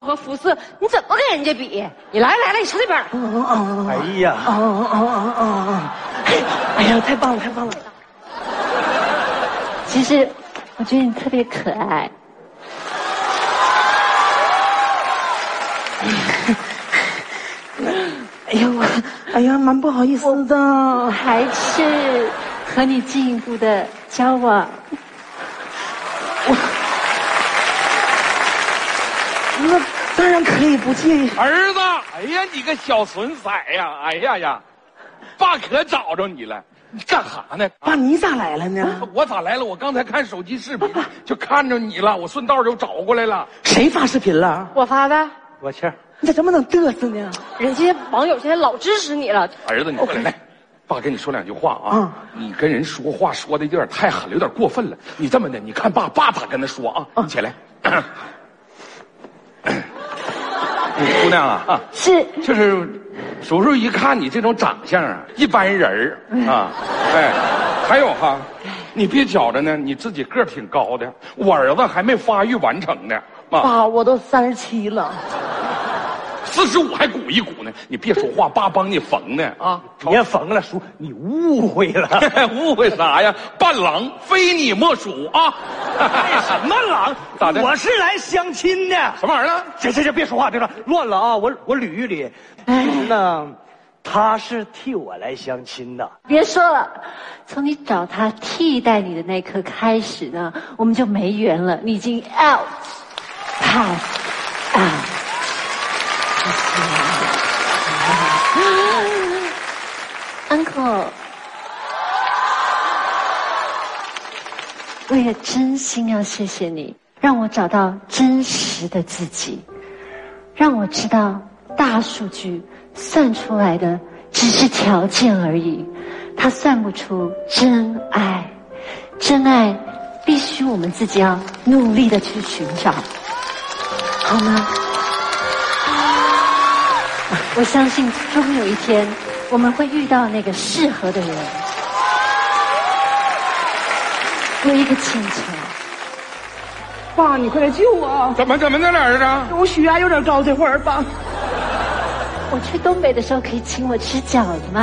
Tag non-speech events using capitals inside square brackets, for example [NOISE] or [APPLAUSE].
和肤色，你怎么跟人家比？你来来来，你上那边来。哎呀，哦哦哦哦哦！哎呀，太棒了，太棒了！其实，我觉得你特别可爱。 [LAUGHS] 哎呀，我，哎呀，蛮不好意思的。还是和你进一步的交往。那当然可以，不介意。儿子，哎呀，你个小损色呀！哎呀呀，爸可找着你了，你干啥呢？爸，你咋来了呢？我咋来了？我刚才看手机视频就看着你了，我顺道就找过来了。谁发视频了？我发的，我去，你咋这么能嘚瑟呢？人家网友现在老支持你了。儿子，你过来来。爸跟你说两句话啊嗯，你跟人说话说的有点太狠了，有点过分了。你这么的，你看爸爸咋跟他说啊？你起来， [COUGHS] 你姑娘啊啊，是就是叔叔一看你这种长相啊，一般人儿啊，哎，还有哈，你别觉着呢，你自己个儿挺高的，我儿子还没发育完成呢，啊，爸，我都三十七了。四十五还鼓一鼓呢，你别说话，爸帮你缝呢啊，别缝了，叔，你误会了。误会啥呀？伴郎非你莫属啊！ [LAUGHS] 什么狼？ [LAUGHS] 咋的我是来相亲的。什么玩意儿啊？这这这，别说话，别说话乱了啊！我我捋一捋。那他是替我来相亲的。别说了，从你找他替代你的那刻开始呢，我们就没缘了。你已经 out pass out。Uncle，我也真心要谢谢你，让我找到真实的自己。让我知道大数据算出来的只是条件而已，它算不出真爱。真爱必须我们自己要努力的去寻找，好吗？我相信终有一天我们会遇到那个适合的人。我有一个请求，爸，你快来救我！怎么怎么的了，儿啊子？我血压有点高，这会儿爸。我去东北的时候可以请我吃饺子吗？